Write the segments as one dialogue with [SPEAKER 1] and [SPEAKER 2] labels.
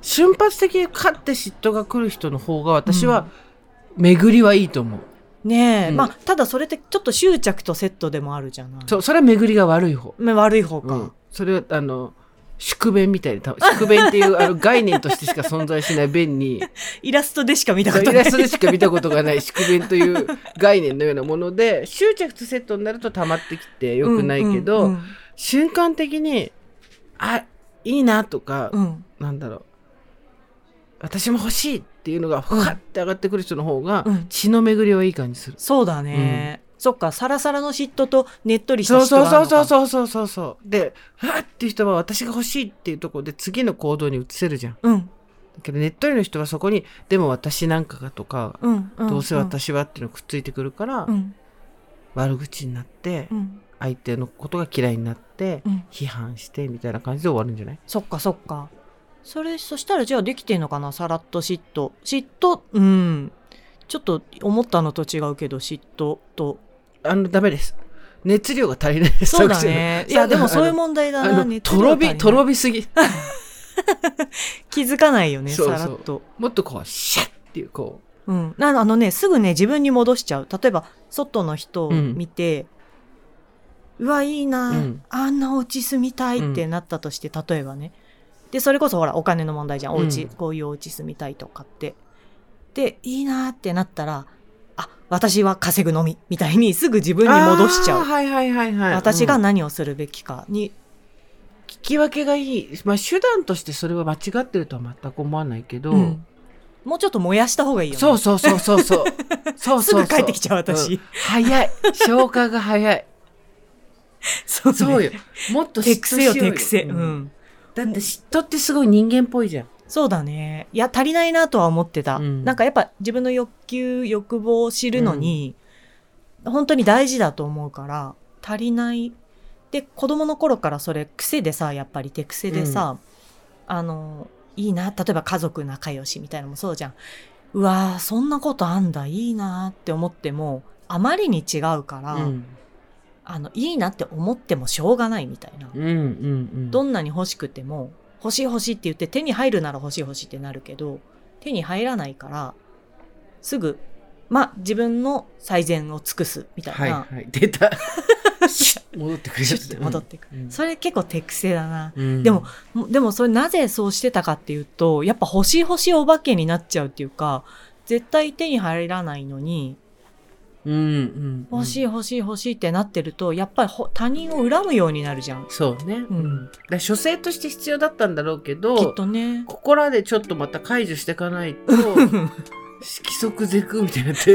[SPEAKER 1] 瞬発的に勝って嫉妬が来る人の方が私は巡りはいいと思う。
[SPEAKER 2] ねえ、
[SPEAKER 1] うん
[SPEAKER 2] まあただそれってちょっと執着とセットでもあるじゃない
[SPEAKER 1] そう、それは巡りが悪い方。
[SPEAKER 2] まあ悪い方か、
[SPEAKER 1] うん。それは、あの、宿便みたいに、た宿便っていうあの概念としてしか存在しない便に、
[SPEAKER 2] イラストでしか見たこ
[SPEAKER 1] イ
[SPEAKER 2] とな
[SPEAKER 1] ラス
[SPEAKER 2] い
[SPEAKER 1] トでしか見たことがない宿便という概念のようなもので、執着とセットになると溜まってきて良くないけど、
[SPEAKER 2] うんうん
[SPEAKER 1] 瞬間的に、あ、いいなとか、
[SPEAKER 2] うんうん
[SPEAKER 1] なんだろう私も欲しいっていうのがふわって上がってくる人の方が
[SPEAKER 2] うん
[SPEAKER 1] 血の巡りはいい感じする、
[SPEAKER 2] そうだね、そっかサラサラの嫉妬とねっとりした
[SPEAKER 1] そうそ
[SPEAKER 2] 嫉妬
[SPEAKER 1] う
[SPEAKER 2] があ
[SPEAKER 1] そう
[SPEAKER 2] るのか
[SPEAKER 1] そうそうそうそうそうでふわっていう人は私が欲しいっていうところで次の行動に移せるじゃんだ
[SPEAKER 2] うん
[SPEAKER 1] けどねっとりの人はそこにでも私なんかがとか、
[SPEAKER 2] うんうん
[SPEAKER 1] どうせ私はっていうのがくっついてくるから、
[SPEAKER 2] うん
[SPEAKER 1] 悪口になって
[SPEAKER 2] うん
[SPEAKER 1] 相手のことが嫌いになって
[SPEAKER 2] うん
[SPEAKER 1] 批判してみたいな感じで終わるんじゃない
[SPEAKER 2] そっかそっかそれそしたらじゃあできてんのかなさらっと嫉妬嫉妬うんちょっと思ったのと違うけど嫉妬と
[SPEAKER 1] あのダメです熱量が足りないです
[SPEAKER 2] そうだねいやでもそういう
[SPEAKER 1] も
[SPEAKER 2] 問題だ
[SPEAKER 1] あ
[SPEAKER 2] な
[SPEAKER 1] の
[SPEAKER 2] 熱
[SPEAKER 1] と
[SPEAKER 2] 量
[SPEAKER 1] ろ
[SPEAKER 2] 足りな
[SPEAKER 1] び
[SPEAKER 2] い
[SPEAKER 1] とろびすぎ
[SPEAKER 2] 気づかないよね
[SPEAKER 1] そうそう
[SPEAKER 2] さらっと
[SPEAKER 1] もっとこう、シャッっていう、こ
[SPEAKER 2] うん、なあのねすぐね自分に戻しちゃう例えば外の人を見て、うわいいな、
[SPEAKER 1] うん
[SPEAKER 2] あんなお家住みたいってなったとして、例えばねでそれこそほらお金の問題じゃんお家、
[SPEAKER 1] うん
[SPEAKER 2] こういうお家住みたいとかってでいいなってなったらあ私は稼ぐのみみたい にすぐ自
[SPEAKER 1] う。
[SPEAKER 2] 分に戻しちゃ
[SPEAKER 1] あ
[SPEAKER 2] う
[SPEAKER 1] ー、はいはいはいはい。
[SPEAKER 2] 私が
[SPEAKER 1] うん
[SPEAKER 2] 何をするべきかに、
[SPEAKER 1] 聞き分けがいい。まあ、手段としてそれは間違ってるとは全く思わないけど。
[SPEAKER 2] うんもうちょっと燃やした方がいいよね
[SPEAKER 1] そうそうそうそうそう。そうそう
[SPEAKER 2] す
[SPEAKER 1] そう
[SPEAKER 2] ぐ帰ってきちゃう私、
[SPEAKER 1] ん早い。消化が早い。
[SPEAKER 2] そうね
[SPEAKER 1] そうよ。もっと
[SPEAKER 2] 手癖よ
[SPEAKER 1] 嫉妬し
[SPEAKER 2] 手癖
[SPEAKER 1] う
[SPEAKER 2] うんん
[SPEAKER 1] だって嫉妬ってすごい人間っぽいじゃん。
[SPEAKER 2] そうだね。いや、足りないなとは思ってた。
[SPEAKER 1] うん
[SPEAKER 2] なんかやっぱ自分の欲求、欲望を知るのに、本当に大事だと思うから、足りない。で、子供の頃からそれ癖でさ、やっぱり手癖でさ、あの、いいな。例えば家族仲良しみたいなのもそうじゃん。うわーそんなことあんだ、いいなって思っても、あまりに違うから、
[SPEAKER 1] うん。
[SPEAKER 2] あの、いいなって思ってもしょうがないみたいな。
[SPEAKER 1] うんうんうん。
[SPEAKER 2] ど
[SPEAKER 1] ん
[SPEAKER 2] んなに欲しくても、欲しい欲しいって言って手に入るなら欲しい欲しいってなるけど、手に入らないから、すぐ、まあ、自分の最善を尽くすみた
[SPEAKER 1] はいい
[SPEAKER 2] な、
[SPEAKER 1] はい。出た。 シュッ戻ってくる
[SPEAKER 2] シ
[SPEAKER 1] や
[SPEAKER 2] ュ
[SPEAKER 1] つ
[SPEAKER 2] ッ
[SPEAKER 1] だ
[SPEAKER 2] て
[SPEAKER 1] よ
[SPEAKER 2] 戻ってくる。
[SPEAKER 1] うん
[SPEAKER 2] それ結構手癖だな。
[SPEAKER 1] うん
[SPEAKER 2] でも、もでもそれなぜそうしてたかっていうと、やっぱ欲しい欲しいお化けになっちゃうっていうか、絶対手に入らないのに、
[SPEAKER 1] うんうん。
[SPEAKER 2] 欲しい
[SPEAKER 1] い。
[SPEAKER 2] 欲しい欲しいってなってると、やっぱりほ他人を恨むようになるじゃん。
[SPEAKER 1] そうね。
[SPEAKER 2] う
[SPEAKER 1] うんん。だから書生として必要だったんだろうけど。
[SPEAKER 2] きっとね。
[SPEAKER 1] ここらでちょっとまた解除していかない と色即是空みたいになって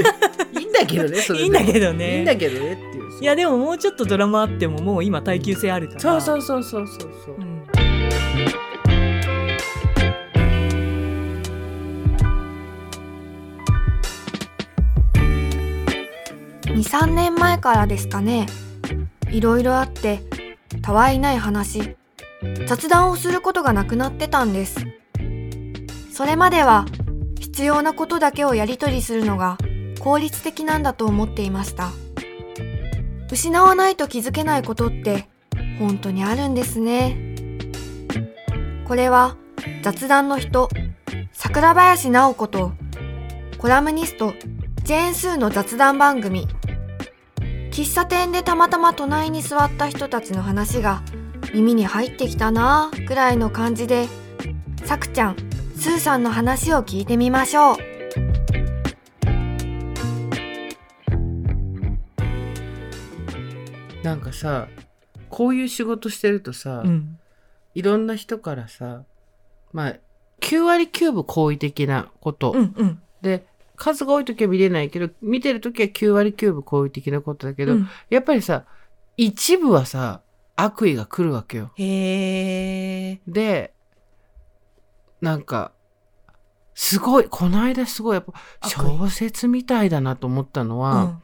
[SPEAKER 1] いいんだけどねそれで
[SPEAKER 2] いいんだけどね
[SPEAKER 1] いいんだけどねっていう
[SPEAKER 2] いや
[SPEAKER 1] で
[SPEAKER 2] でももうちょっとドラマあってももう今耐久性あるから。
[SPEAKER 1] そうそうそうそうそうそううん
[SPEAKER 3] 23年前からですかねいろいろあってたわいない話雑談をすることがなくなってたんですそれまでは必要なことだけをやり取りするのが効率的なんだと思っていました失わないと気づけないことって本当にあるんですねこれは雑談の人桜林直子とコラムニストジェーンスーの雑談番組喫茶店でたまたま隣に座った人たちの話が耳に入ってきたなぁくらいの感じでさくちゃんスーさんの話を聞いてみましょう
[SPEAKER 1] なんかさこういう仕事してるとさ、
[SPEAKER 2] うん
[SPEAKER 1] いろんな人からさまあ9割9分好意的なこと、
[SPEAKER 2] うんうん
[SPEAKER 1] で数が多い時は見れないけど見てる時は9割9分好意的なことだけど、
[SPEAKER 2] うん
[SPEAKER 1] やっぱりさ一部はさ悪意が来るわけよ。
[SPEAKER 2] へえ
[SPEAKER 1] で、なんか、すごい、この間すごい、やっぱ
[SPEAKER 2] 悪意
[SPEAKER 1] 小説みたいだなと思ったのは、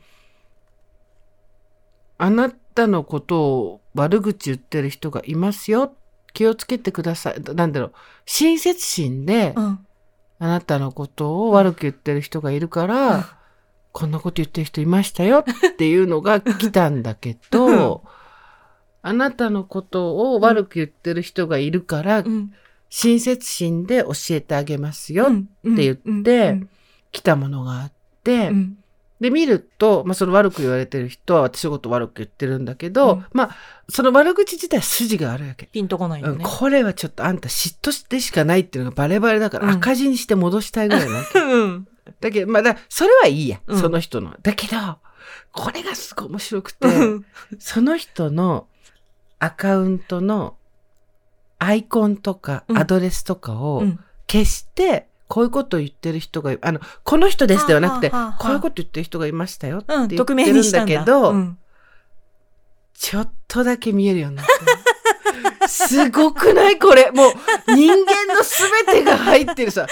[SPEAKER 1] あなたのことを悪口言ってる人がいますよ。気をつけてください。なんだろう。親切心で、
[SPEAKER 2] うんうん
[SPEAKER 1] あなたのことを悪く言ってる人がいるから、こんなこと言ってる人いましたよっていうのが来たんだけど、あなたのことを悪く言ってる人がいるから
[SPEAKER 2] う、ん
[SPEAKER 1] 親切心で教えてあげますよ、
[SPEAKER 3] って
[SPEAKER 1] 言って来たものがあって、で、見ると、まあ、その悪く言われてる人は私のこと悪く言ってるんだけど、
[SPEAKER 2] うん
[SPEAKER 1] まあ、その悪口自体筋があるわけ。
[SPEAKER 2] ピンとこないよ
[SPEAKER 1] うん
[SPEAKER 2] ね。
[SPEAKER 1] これはちょっとあんた嫉妬してしかないっていうのがバレバレだから
[SPEAKER 2] うん
[SPEAKER 1] 赤字にして戻したいぐらい なわけ
[SPEAKER 2] うん
[SPEAKER 1] だけど、まあ、だそれはいいや、
[SPEAKER 2] うん
[SPEAKER 1] その人の。だけど、これがすごい面白くて、
[SPEAKER 2] うん
[SPEAKER 1] その人のアカウントのアイコンとか
[SPEAKER 2] うん
[SPEAKER 1] アドレスとかを
[SPEAKER 2] うん
[SPEAKER 1] 消して、こういうことを言ってる人が、あの、この人ですではなくて、
[SPEAKER 2] はあはあはあ
[SPEAKER 1] こういうこと言ってる人がいましたよって
[SPEAKER 2] う
[SPEAKER 1] 言
[SPEAKER 2] ん
[SPEAKER 1] って
[SPEAKER 2] 匿名
[SPEAKER 1] る
[SPEAKER 2] に
[SPEAKER 1] ん
[SPEAKER 2] した
[SPEAKER 1] だ
[SPEAKER 2] ん
[SPEAKER 1] け
[SPEAKER 2] だ。
[SPEAKER 1] ど、
[SPEAKER 2] うん
[SPEAKER 1] ちょっとだけ見えるようになった。すごくないこれ。もう、人間のすべてが入ってるさ。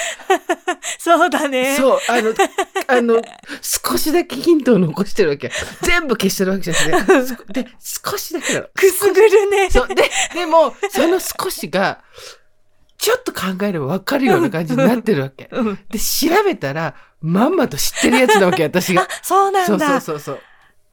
[SPEAKER 2] そうだね。
[SPEAKER 1] そう、あの、あの、少しだけヒントを残してるわけ。全部消してるわけじゃなくて。で、少しだけなの。
[SPEAKER 2] くすぐるね。
[SPEAKER 1] そう、で、でも、その少しが、ちょっと考えればわかるような感じになってるわけ。
[SPEAKER 2] うん
[SPEAKER 1] で、調べたら、まんまと知ってるやつなわけ、私が。
[SPEAKER 2] そう な
[SPEAKER 1] そ
[SPEAKER 2] ん
[SPEAKER 1] うそう
[SPEAKER 2] だ。
[SPEAKER 1] そうそう。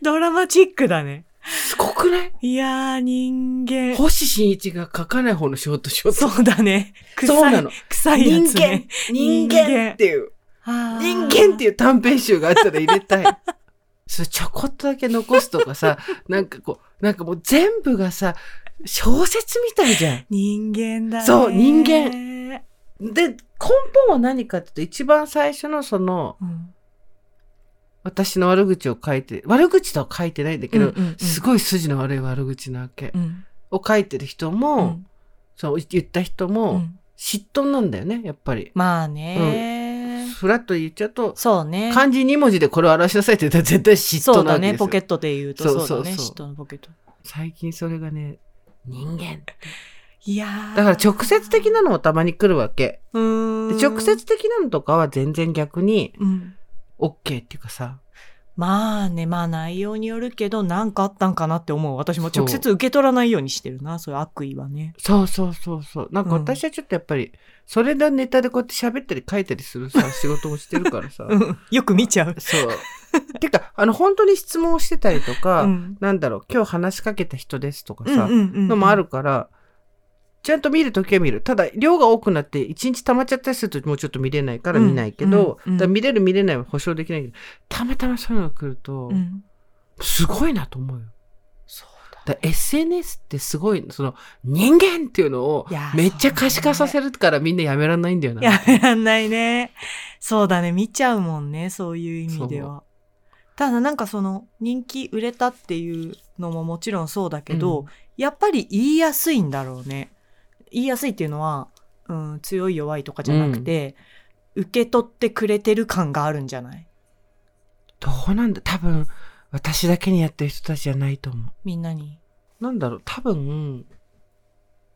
[SPEAKER 2] ドラマチックだね。
[SPEAKER 1] すごくない
[SPEAKER 2] いやー、人間。
[SPEAKER 1] 星新一が書かない方の仕事しようと。
[SPEAKER 2] そうだね。臭い。
[SPEAKER 1] そうなの
[SPEAKER 2] 臭いやつね。
[SPEAKER 1] 人
[SPEAKER 2] 人
[SPEAKER 1] 間
[SPEAKER 2] 間
[SPEAKER 1] っていう。
[SPEAKER 2] あー
[SPEAKER 1] 人間っていう短編集があったら入れたい。 それちょこっとだけ残すとかさ、 なんかこう、なんかもう全部がさ、小説みたいじゃん。
[SPEAKER 2] 人間だね。
[SPEAKER 1] そう人
[SPEAKER 2] 間。
[SPEAKER 1] で、根本は何かっていうと、一番最初のその、
[SPEAKER 2] うん
[SPEAKER 1] 私の悪口を書いて、悪口とは書いてないんだけど、
[SPEAKER 2] うんうんうん
[SPEAKER 1] すごい筋の悪い悪口なわけ。
[SPEAKER 2] うん
[SPEAKER 1] を書いてる人も、
[SPEAKER 2] うん
[SPEAKER 1] そう言った人
[SPEAKER 2] う
[SPEAKER 1] も、
[SPEAKER 2] ん
[SPEAKER 1] 嫉妬なんだよね、やっぱり。
[SPEAKER 2] まあね。
[SPEAKER 1] ふらっと言っちゃうと、
[SPEAKER 2] そうね。
[SPEAKER 1] 漢字2文字でこれを表しなさいって言ったら絶対嫉
[SPEAKER 2] そ
[SPEAKER 1] 妬
[SPEAKER 2] う
[SPEAKER 1] な
[SPEAKER 2] だ
[SPEAKER 1] わけ
[SPEAKER 2] ね。
[SPEAKER 1] ですよ
[SPEAKER 2] ポケットで言うと
[SPEAKER 1] そう
[SPEAKER 2] そうだね。
[SPEAKER 1] そうそう
[SPEAKER 2] 嫉妬のポケット。
[SPEAKER 1] 最近それがね、人間。
[SPEAKER 2] いやー
[SPEAKER 1] だから直接的なのもたまに来るわけ。
[SPEAKER 2] うー
[SPEAKER 1] で
[SPEAKER 2] ん
[SPEAKER 1] 直接的なのとかは全然逆に
[SPEAKER 2] うん。
[SPEAKER 1] OK っていうかさ、
[SPEAKER 2] まあね、まあ内容によるけど、なんかあったんかなって思う。私も直接受け取らないようにしてるな、そういう悪意 はね。
[SPEAKER 1] そうそうそうそう。なんか
[SPEAKER 2] うん
[SPEAKER 1] 私はちょっとやっぱり、それでネタでこうやって喋ったり書いたりするさ、仕事をしてるからさ。
[SPEAKER 2] うんよく見ちゃう。
[SPEAKER 1] そう。てか、あの、本当に質問をしてたりと か、
[SPEAKER 2] うん
[SPEAKER 1] なんだろう、今日話しかけた人ですとか
[SPEAKER 2] うん
[SPEAKER 1] さ、
[SPEAKER 2] うんうんうん
[SPEAKER 1] のもあるから、ちゃんと見るときは見る。ただ、量が多くなって、一日溜まっちゃったりするともうちょっと見れないから見ないけど、
[SPEAKER 2] うんうんうん
[SPEAKER 1] だから見れる見れないは保証できないけど、たまたまそういうのが来ると
[SPEAKER 2] う、ん
[SPEAKER 1] すごいなと思うよ。
[SPEAKER 2] そう
[SPEAKER 1] だ
[SPEAKER 2] だ
[SPEAKER 1] から SNS ってすごい、その、人間っていうのを
[SPEAKER 2] いや、ー
[SPEAKER 1] めっちゃ可視化させるからみんなやめらんないんだよな。
[SPEAKER 2] やめらんないね。そうだね。見ちゃうもんね。そういう意味では。ただなんかその人気売れたっていうのももちろんそうだけど、
[SPEAKER 1] うん
[SPEAKER 2] やっぱり言いやすいんだろうね。言いやすいっていうのは、うん、強い弱いとかじゃなくて、受け取ってくれてる感があるんじゃない
[SPEAKER 1] どうなんだ多分、私だけにやってる人たちじゃないと思
[SPEAKER 2] みんなに。
[SPEAKER 1] う。なんだろう多分、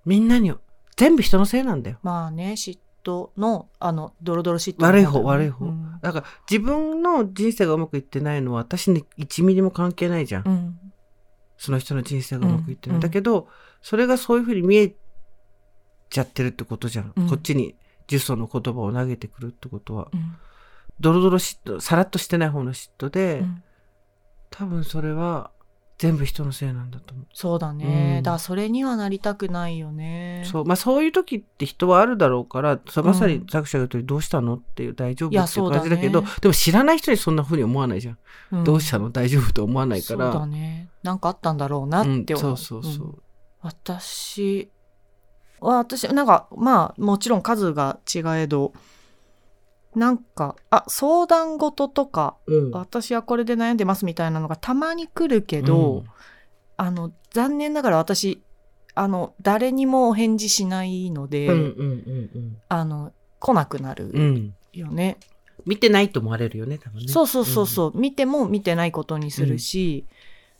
[SPEAKER 1] みんなに、全部人のせいなんだよ。
[SPEAKER 2] まあね、嫉妬の、あの、ドロドロ嫉妬、
[SPEAKER 1] 悪い方悪い方
[SPEAKER 2] うん。
[SPEAKER 1] だから自分の人生がうまくいってないのは私に1ミリも関係ないじゃん、
[SPEAKER 2] うん。
[SPEAKER 1] その人の人生がうまくいってない、
[SPEAKER 2] うん
[SPEAKER 1] だけどそれがそういうふうに見えちゃってるってことじゃん、
[SPEAKER 2] うん
[SPEAKER 1] こっちに呪詛の言葉を投げてくるってことは
[SPEAKER 2] うん
[SPEAKER 1] ドロドロ嫉妬さらっとしてない方の嫉妬で、
[SPEAKER 2] うん
[SPEAKER 1] 多分それは全部人のせいなんだと思う。
[SPEAKER 2] そうだね。
[SPEAKER 1] うん
[SPEAKER 2] だからそれにはなりたくないよね。
[SPEAKER 1] そうまあ、そういう時って人はあるだろうからそまさ
[SPEAKER 2] う
[SPEAKER 1] に
[SPEAKER 2] ん
[SPEAKER 1] 作者が言うとりどうしたのっていう大丈夫って
[SPEAKER 2] いや
[SPEAKER 1] いう感じだけ
[SPEAKER 2] そ
[SPEAKER 1] ど
[SPEAKER 2] うだね
[SPEAKER 1] でも知らない人にそんなふうに思わないじゃん、
[SPEAKER 2] うん
[SPEAKER 1] どうしたの大丈夫と思わないから
[SPEAKER 2] そうだね。なんかあったんだろうなって思う。
[SPEAKER 1] うん、そうそうそう、
[SPEAKER 2] ん私は、私、なんか、まあ、もちろん数が違えど、なんか、あ、相談事とか、
[SPEAKER 1] うん
[SPEAKER 2] 私はこれで悩んでますみたいなのがたまに来るけど、あの、残念ながら私、あの、誰にもお返事しないので、
[SPEAKER 1] うんうんうん
[SPEAKER 2] あの、来なくなる
[SPEAKER 1] うんうん
[SPEAKER 2] よね。
[SPEAKER 1] 見てないと思われるよね多分ね
[SPEAKER 2] そうそうそうそう、見ても見てないことにするし、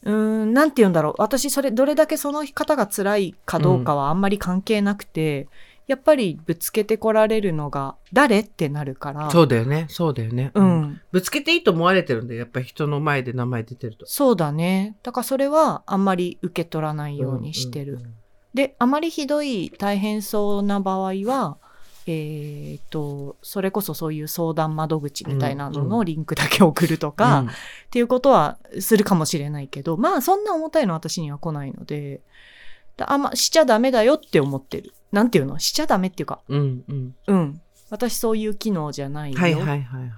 [SPEAKER 2] うーん、なんて言うんだろう。私、それ、どれだけその方が辛いかどうかはあんまり関係なくて、やっぱりぶつけてこられるのが、誰ってなるから。
[SPEAKER 1] そうだよねそうだよね、
[SPEAKER 2] う
[SPEAKER 1] うん
[SPEAKER 2] ん。
[SPEAKER 1] ぶつけていいと思われてるんでやっぱり人の前で名前出てると
[SPEAKER 2] そうだね。だからそれはあんまり受け取らないようにしてる。
[SPEAKER 1] うんうんうん
[SPEAKER 2] で、あまりひどい大変そうな場合は、えーっと、それこそそういう相談窓口みたいなの
[SPEAKER 1] うんう
[SPEAKER 2] の
[SPEAKER 1] ん
[SPEAKER 2] リンクだけ送るとか、っていうことはするかもしれないけど、まあそんな重たいのは私には来ないので、だあんましちゃダメだよって思ってる。なんていうのしちゃダメっていうか、
[SPEAKER 1] うんうん。
[SPEAKER 2] うん。私そういう機能じゃないよ。
[SPEAKER 1] はいはいはいはい。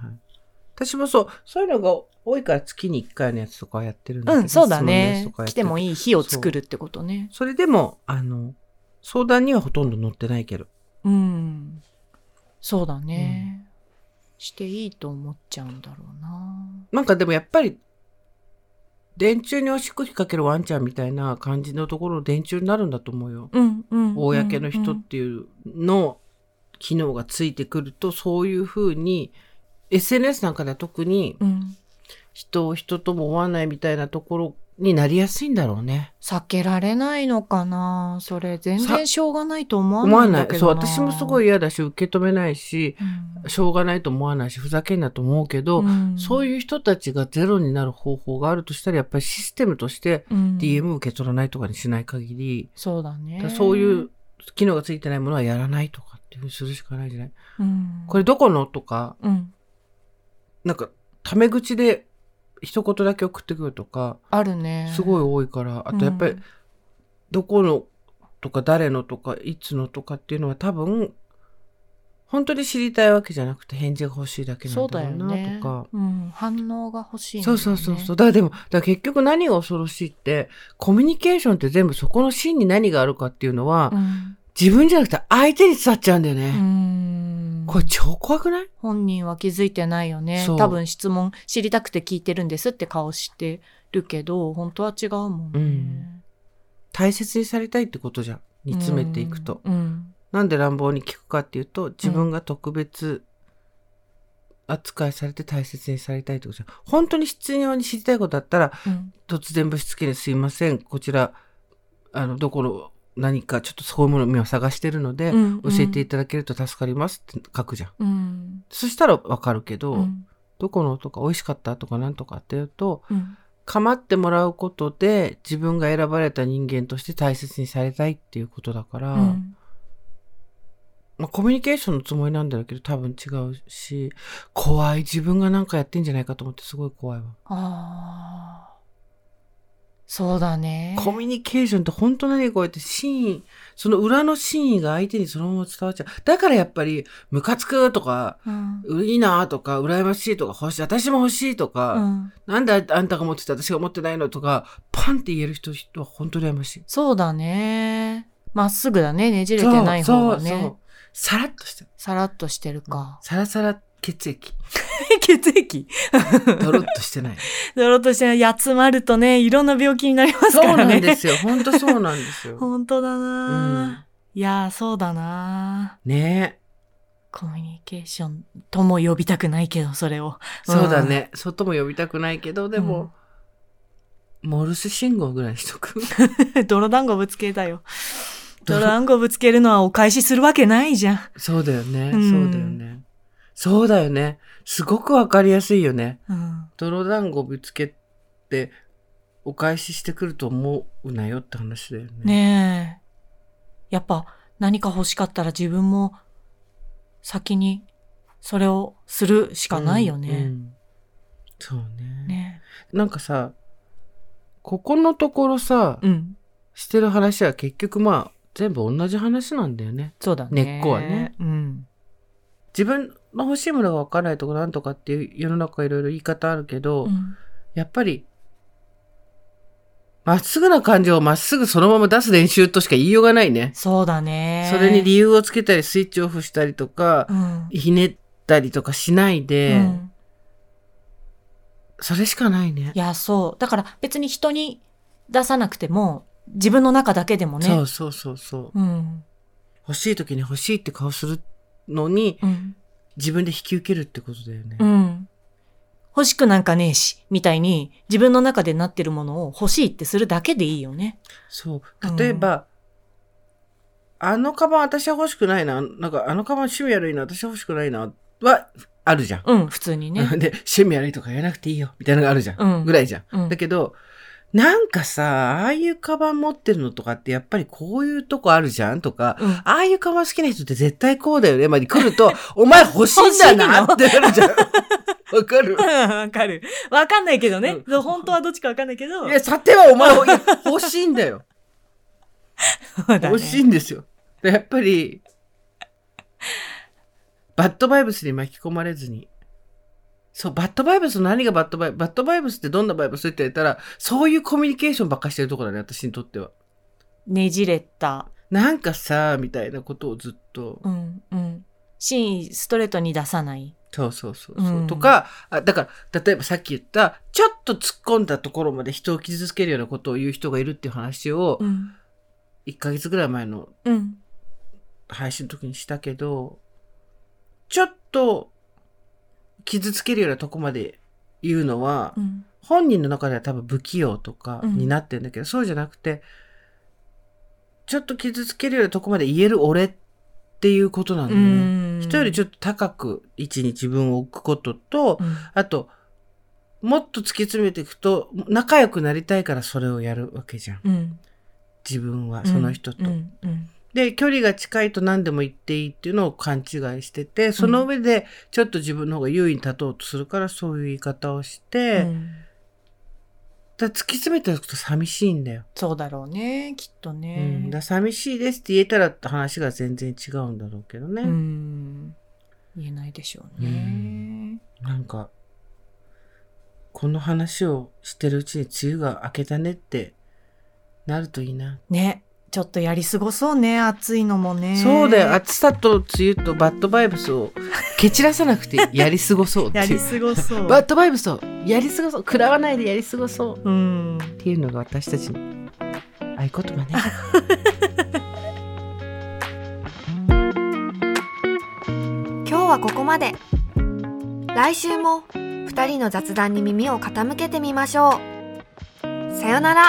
[SPEAKER 1] 私もそう、そういうのが多いから月に1回のやつとかやってるんだけ
[SPEAKER 2] う
[SPEAKER 1] ど、
[SPEAKER 2] ん、そうだね
[SPEAKER 1] そのやつとか。やっ
[SPEAKER 2] 来
[SPEAKER 1] る
[SPEAKER 2] てもいい日を作るってことね。
[SPEAKER 1] それでも、あの、相談にはほとんど載ってないけど。
[SPEAKER 2] うん。そうだね、していいと思っちゃうんだろうな。
[SPEAKER 1] なんかでもやっぱり、電柱におしっこ引っ掛けるワンちゃんみたいな感じのところの電柱になるんだと思うよ。
[SPEAKER 2] うん、うん。
[SPEAKER 1] 公の人
[SPEAKER 2] う
[SPEAKER 1] っ
[SPEAKER 2] ん
[SPEAKER 1] ていうの機能がついてくると、そういうふうに、SNS なんかでは特に
[SPEAKER 2] うん。
[SPEAKER 1] 人を人とも思わないみたいなところになりやすいんだろうね。
[SPEAKER 2] 避けられないのかなそれ、全然
[SPEAKER 1] さ
[SPEAKER 2] しょうがないと思わ
[SPEAKER 1] 思
[SPEAKER 2] な
[SPEAKER 1] わ
[SPEAKER 2] いん
[SPEAKER 1] な
[SPEAKER 2] だ
[SPEAKER 1] い
[SPEAKER 2] け
[SPEAKER 1] そう
[SPEAKER 2] どな。
[SPEAKER 1] 私もすごい嫌だし受け止めないし
[SPEAKER 2] うん、
[SPEAKER 1] しょうがないと思わないしふざけんなと思うけど、そう
[SPEAKER 2] い
[SPEAKER 1] いう人たちがゼロになる方法があるとしたらやっぱりシステムとして
[SPEAKER 2] うん、うん、
[SPEAKER 1] DM 受け取らないとかにしない限り、
[SPEAKER 2] そうだね
[SPEAKER 1] だからそういう、機能がついてないものはやらないとかっていうふうにするしかないじゃない
[SPEAKER 2] うん、
[SPEAKER 1] これどこのとか
[SPEAKER 2] うん、
[SPEAKER 1] なんかタメ口で一言だけ送ってくるとか
[SPEAKER 2] あるね
[SPEAKER 1] すごい多いからあとやっぱり、
[SPEAKER 2] うん
[SPEAKER 1] どこのとか誰のとかいつのとかっていうのは多分本当に知りたいわけじゃなくて返事が欲しいだけな
[SPEAKER 2] そ
[SPEAKER 1] ん
[SPEAKER 2] うだ
[SPEAKER 1] だ
[SPEAKER 2] よ
[SPEAKER 1] ろうな
[SPEAKER 2] ね
[SPEAKER 1] とか。
[SPEAKER 2] うん、反応が欲しいんだ
[SPEAKER 1] そ
[SPEAKER 2] よ
[SPEAKER 1] う
[SPEAKER 2] ね
[SPEAKER 1] そうそうそう。だからでも、だから結局何が恐ろしいって、コミュニケーションって全部そこの芯に何があるかっていうのは、
[SPEAKER 2] うん
[SPEAKER 1] 自分じゃなくて相手に伝わっちゃうんだよね。
[SPEAKER 2] うん
[SPEAKER 1] これ超怖くない
[SPEAKER 2] 本人は気づいてないよね
[SPEAKER 1] そう
[SPEAKER 2] 多分質問知りたくて聞いてるんですって顔してるけど本当は違うもんね、
[SPEAKER 1] うん大切にされたいってことじゃん。煮詰めていくと。
[SPEAKER 2] うん
[SPEAKER 1] なんで乱暴に聞くかっていうと、自分が特別扱いされて大切にされたいってことじゃん。本当に必要に知りたいことだったら、
[SPEAKER 2] うん
[SPEAKER 1] 突然ぶしつけにすいません。こちら、あの、どこの何かちょっとそういうものを今探してるので、
[SPEAKER 2] うん
[SPEAKER 1] 教えていただけると助かりますって書くじゃん。
[SPEAKER 2] うん
[SPEAKER 1] そしたらわかるけど、
[SPEAKER 2] うん
[SPEAKER 1] どこのとか美味しかったとかなんとかっていうと、
[SPEAKER 2] うん
[SPEAKER 1] 構ってもらうことで自分が選ばれた人間として大切にされたいっていうことだから、
[SPEAKER 2] うん
[SPEAKER 1] まあ、コミュニケーションのつもりなんだろうけど多分違うし怖い自分がなんかやってんじゃないかと思ってすごい怖いわ、
[SPEAKER 2] あーそうだね
[SPEAKER 1] コミュニケーションって本当何こうやって真意その裏の真意が相手にそのまま伝わっちゃうだからやっぱりムカつくとか
[SPEAKER 2] うん
[SPEAKER 1] いいなとか羨ましいとか欲しい私も欲しいとか、
[SPEAKER 2] うん
[SPEAKER 1] なんであんたが持ってて私が持ってないのとか、パンって言える人人は本当に羨ましい。
[SPEAKER 2] そうだね。まっすぐだね。ねじれてない方がね。
[SPEAKER 1] そうそうそうさらっとしてる。
[SPEAKER 2] さらっとしてるか。
[SPEAKER 1] さらさら血液。
[SPEAKER 2] 血液
[SPEAKER 1] ドロッとしてない。
[SPEAKER 2] ドロッとしてない。やつまるとね、いろんな病気になります
[SPEAKER 1] そう
[SPEAKER 2] からね。
[SPEAKER 1] なんですよ。本当そうなんです よ。
[SPEAKER 2] 本当だな、いやー、そうだな
[SPEAKER 1] ね
[SPEAKER 2] コミュニケーションとも呼びたくないけど、それを。
[SPEAKER 1] そうだね。外も呼びたくないけど、でも、モルス信号ぐらいにしと く。
[SPEAKER 2] うん。泥団子ぶつけたよ。泥団子ぶつけるのはお返しするわけないじゃん。
[SPEAKER 1] そうだよね。
[SPEAKER 2] うん
[SPEAKER 1] そうだよね。そうだよね。すごくわかりやすいよね。
[SPEAKER 2] うん。
[SPEAKER 1] 泥団子ぶつけて、お返ししてくると思うなよって話だよね。
[SPEAKER 2] ねえ。やっぱ何か欲しかったら自分も先にそれをするしかないよね。
[SPEAKER 1] うんうんそうね
[SPEAKER 2] ね
[SPEAKER 1] なんかさここのところさ、
[SPEAKER 2] えうん。
[SPEAKER 1] してる話は結局まあ全部同じ話なんだよね
[SPEAKER 2] そうだね。
[SPEAKER 1] 根っこはね。
[SPEAKER 2] うん。
[SPEAKER 1] 自分の欲しいものが分からないとかなんとかっていう世の中いろいろ言い方あるけど、
[SPEAKER 2] うん
[SPEAKER 1] やっぱりまっすぐな感情をまっすぐそのまま出す練習としか言いようがないね、
[SPEAKER 2] そうだね。
[SPEAKER 1] それに理由をつけたりスイッチオフしたりとか、
[SPEAKER 2] うん。
[SPEAKER 1] ひねったりとかしないで、
[SPEAKER 2] うん
[SPEAKER 1] それしかないね
[SPEAKER 2] いや、そう。だから別に人に出さなくても、自分の中だけでもね。
[SPEAKER 1] そうそうそうそう
[SPEAKER 2] うん。
[SPEAKER 1] 欲しい時に欲しいって顔するのに
[SPEAKER 2] うん。
[SPEAKER 1] 自分で引き受けるってことだよね。
[SPEAKER 2] うん。欲しくなんかねえし、みたいに自分の中でなってるものを欲しいってするだけでいいよね。
[SPEAKER 1] そう。例えば、あのカバン私は欲しくないな。なんかあのカバン趣味悪いな。私は欲しくないな。は、あるじゃん。
[SPEAKER 2] うん、普通にね。
[SPEAKER 1] で、趣味悪いとか言わなくていいよ。みたいなのがあるじゃん。
[SPEAKER 2] うん
[SPEAKER 1] ぐらいじゃん。
[SPEAKER 2] うん
[SPEAKER 1] だけど、なんかさ、ああいうカバン持ってるのとかってやっぱりこういうとこあるじゃんとか、
[SPEAKER 2] うん
[SPEAKER 1] ああいうカバン好きな人って絶対こうだよね。まで来る と、お前欲しいんだなってなるじゃん。わかる
[SPEAKER 2] うん わかる。わかんないけどね。
[SPEAKER 1] うん
[SPEAKER 2] そう本当はどっちかわかんないけど。
[SPEAKER 1] いや、さてはお前を欲しいんだよ。
[SPEAKER 2] そうだ
[SPEAKER 1] 美味しい
[SPEAKER 2] ね。
[SPEAKER 1] んですよ。でやっぱり、バッドバイブスに巻き込まれずに。そう、バッドバイブスの何がバッドバイブスバッドバイブスってどんなバイブスって言ったら、そういうコミュニケーションばっかしてるとこだね、私にとっては。
[SPEAKER 2] ねじれた。
[SPEAKER 1] なんかさ、みたいなことをずっと。
[SPEAKER 2] うんうん。真意ストレートに出さない。
[SPEAKER 1] そうそうそうそう、
[SPEAKER 2] うん
[SPEAKER 1] とかあだから例えばさっき言ったちょっと突っ込んだところまで人を傷つけるようなことを言う人がいるっていう話を
[SPEAKER 2] うん。
[SPEAKER 1] 1ヶ月ぐらい前の
[SPEAKER 2] うん。
[SPEAKER 1] 配信の時にしたけどちょっと傷つけるようなとこまで言うのは、
[SPEAKER 2] うん。
[SPEAKER 1] 本人の中では多分不器用とか
[SPEAKER 2] うん
[SPEAKER 1] になってるんだけど、そうじゃなくてちょっと傷つけるようなとこまで言える俺っていうことなんだよね。人よりちょ
[SPEAKER 2] っ
[SPEAKER 1] っと高く位置に自分を置くことと、
[SPEAKER 2] と。うん
[SPEAKER 1] あと、もっと突き詰めていくと、仲良くなりたいからそれをやるわけじゃん。
[SPEAKER 2] うん。
[SPEAKER 1] 自分は、その人と。
[SPEAKER 2] うん。うん。
[SPEAKER 1] で、距離が近いと何でも言っていいっていうのを勘違いしてて、その上で、ちょっと自分の方が優位に立とうとするから、そういう言い方をして、
[SPEAKER 2] うん
[SPEAKER 1] だから突き詰めていくと寂しいんだよ。
[SPEAKER 2] そうだろうね、きっと
[SPEAKER 1] う
[SPEAKER 2] ね
[SPEAKER 1] ん。。だから寂しいですって言えたら話が全然違うんだろうけどね。
[SPEAKER 2] うん。言えないでしょうね。
[SPEAKER 1] なんか、この話をしてるうちに梅雨が明けたねってなるといいな。
[SPEAKER 2] ね。ちょっとやり過ごそうね、暑いのもね。
[SPEAKER 1] そうだよ。暑さと梅雨とバッドバイブスを蹴散らさなくてやり過ごそうって
[SPEAKER 2] や
[SPEAKER 1] い
[SPEAKER 2] り
[SPEAKER 1] う。
[SPEAKER 2] 過ごそう。
[SPEAKER 1] バッドバイブスをやり過ごそう。食らわないでやり過ごそうっ
[SPEAKER 2] うん。
[SPEAKER 1] ていうのが私たちの合言葉ね。
[SPEAKER 3] 今日はここまで来週も2人の雑談に耳を傾けてみましょうさよなら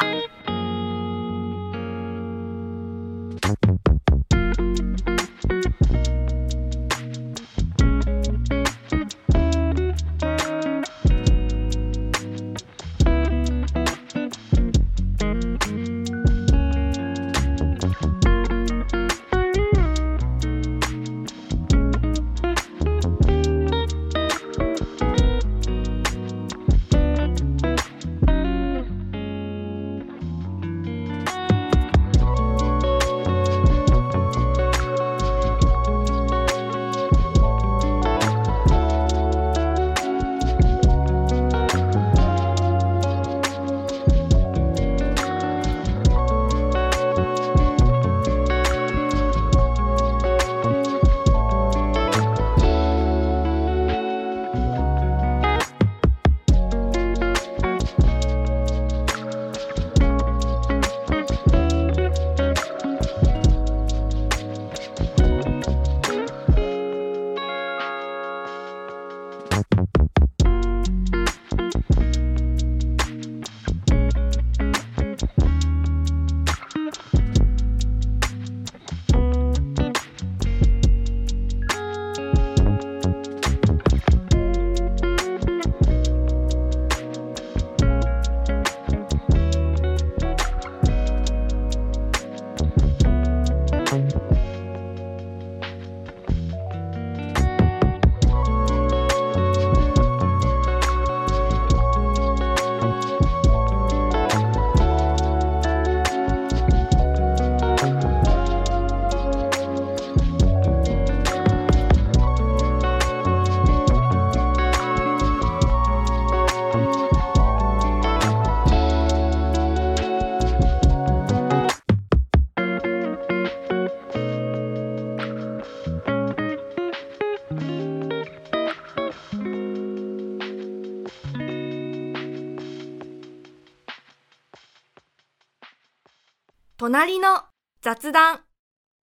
[SPEAKER 3] 隣の雑談